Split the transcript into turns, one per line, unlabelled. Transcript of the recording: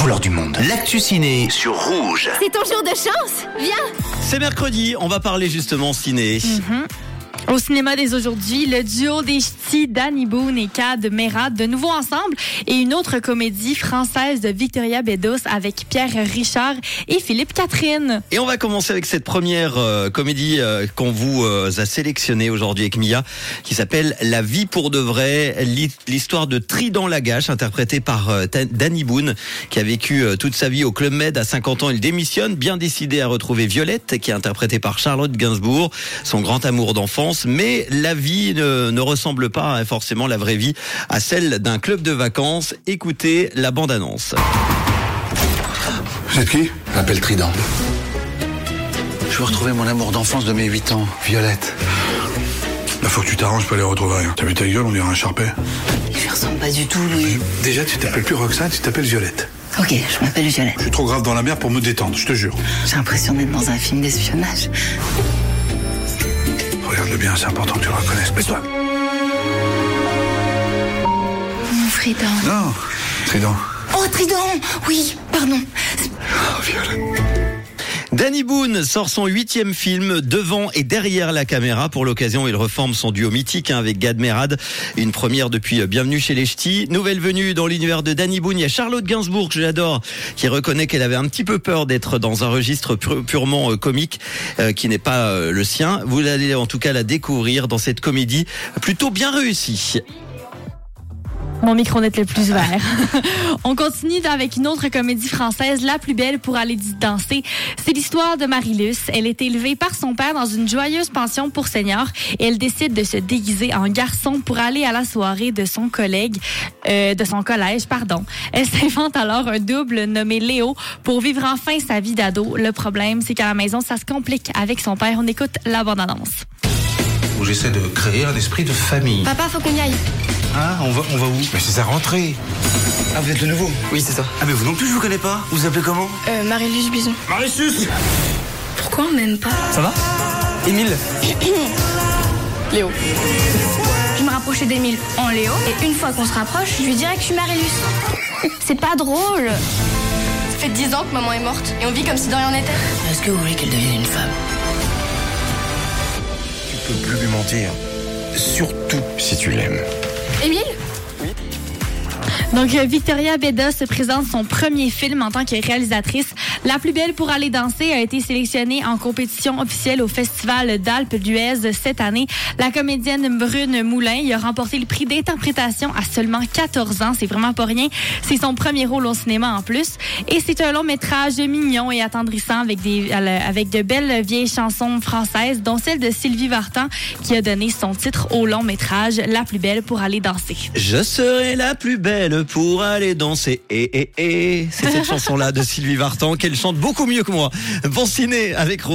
voleur du monde.
L'actu ciné sur Rouge.
C'est ton jour de chance Viens
C'est mercredi, on va parler justement ciné.
Au cinéma dès aujourd'hui, le duo des ch'tis Danny Boone et Cad Merad de nouveau ensemble et une autre comédie française de Victoria Bedos avec Pierre Richard et Philippe Catherine.
Et on va commencer avec cette première euh, comédie euh, qu'on vous euh, a sélectionnée aujourd'hui avec Mia, qui s'appelle La vie pour de vrai, l'hi- l'histoire de Trident Lagache, interprétée par euh, Ta- Danny Boone, qui a vécu euh, toute sa vie au Club Med. À 50 ans, il démissionne, bien décidé à retrouver Violette, qui est interprétée par Charlotte Gainsbourg, son grand amour d'enfance. Mais la vie ne, ne ressemble pas hein, forcément la vraie vie à celle d'un club de vacances. Écoutez la bande-annonce.
Vous êtes qui
M'appelle Trident. Je veux retrouver mon amour d'enfance de mes 8 ans, Violette.
La faut que tu t'arranges pour aller retrouver rien. T'as vu ta gueule, on dirait un charpé.
Je lui ressemble pas du tout, Louis.
Déjà, tu t'appelles plus Roxane, tu t'appelles Violette.
Ok, je m'appelle Violette.
Je suis trop grave dans la merde pour me détendre, je te jure.
J'ai l'impression d'être dans un film d'espionnage.
Regarde-le bien, c'est important que tu le reconnaisses. Mais toi
Mon Trident.
Non Trident.
Oh, Trident Oui, pardon.
Oh, Violette.
Danny Boone sort son huitième film devant et derrière la caméra. Pour l'occasion, il reforme son duo mythique hein, avec Gad Merad. Une première depuis euh, Bienvenue chez les Ch'tis. Nouvelle venue dans l'univers de Danny Boone, il y a Charlotte Gainsbourg, que j'adore, qui reconnaît qu'elle avait un petit peu peur d'être dans un registre pu- purement euh, comique, euh, qui n'est pas euh, le sien. Vous allez en tout cas la découvrir dans cette comédie plutôt bien réussie.
Mon micro n'est le plus vert. On continue avec une autre comédie française, La plus belle pour aller danser. C'est l'histoire de Marilus. Elle est élevée par son père dans une joyeuse pension pour seniors et elle décide de se déguiser en garçon pour aller à la soirée de son collègue, euh, de son collège, pardon. Elle s'invente alors un double nommé Léo pour vivre enfin sa vie d'ado. Le problème, c'est qu'à la maison, ça se complique avec son père. On écoute la bande-annonce.
où j'essaie de créer un esprit de famille.
Papa, faut qu'on y aille.
Ah, on va, on va où Mais c'est sa rentrée.
Ah, vous êtes le nouveau
Oui, c'est ça. Ah, mais vous non plus, je vous connais pas. Vous vous appelez comment
Euh, Marilus Bison.
Marissus
Pourquoi on m'aime pas
Ça va Émile
Léo. Je me rapprochais d'Emile en Léo et une fois qu'on se rapproche, je lui dirais que je suis Marilus. C'est pas drôle. Ça fait 10 ans que maman est morte et on vit comme si de rien n'était.
Est-ce que vous voulez qu'elle devienne une femme
Tu peux plus lui mentir. Surtout si tu l'aimes.
Emile
Donc, euh, Victoria Beda se présente son premier film en tant que réalisatrice. La plus belle pour aller danser a été sélectionnée en compétition officielle au Festival d'Alpes d'Huez cette année. La comédienne Brune Moulin y a remporté le prix d'interprétation à seulement 14 ans. C'est vraiment pas rien. C'est son premier rôle au cinéma en plus. Et c'est un long métrage mignon et attendrissant avec, des, avec de belles vieilles chansons françaises, dont celle de Sylvie Vartan qui a donné son titre au long métrage La plus belle pour aller danser.
Je serai la plus belle pour aller danser. Eh, Et et et, c'est cette chanson-là de Sylvie Vartan qu'elle chante beaucoup mieux que moi. Bon ciné avec Rose.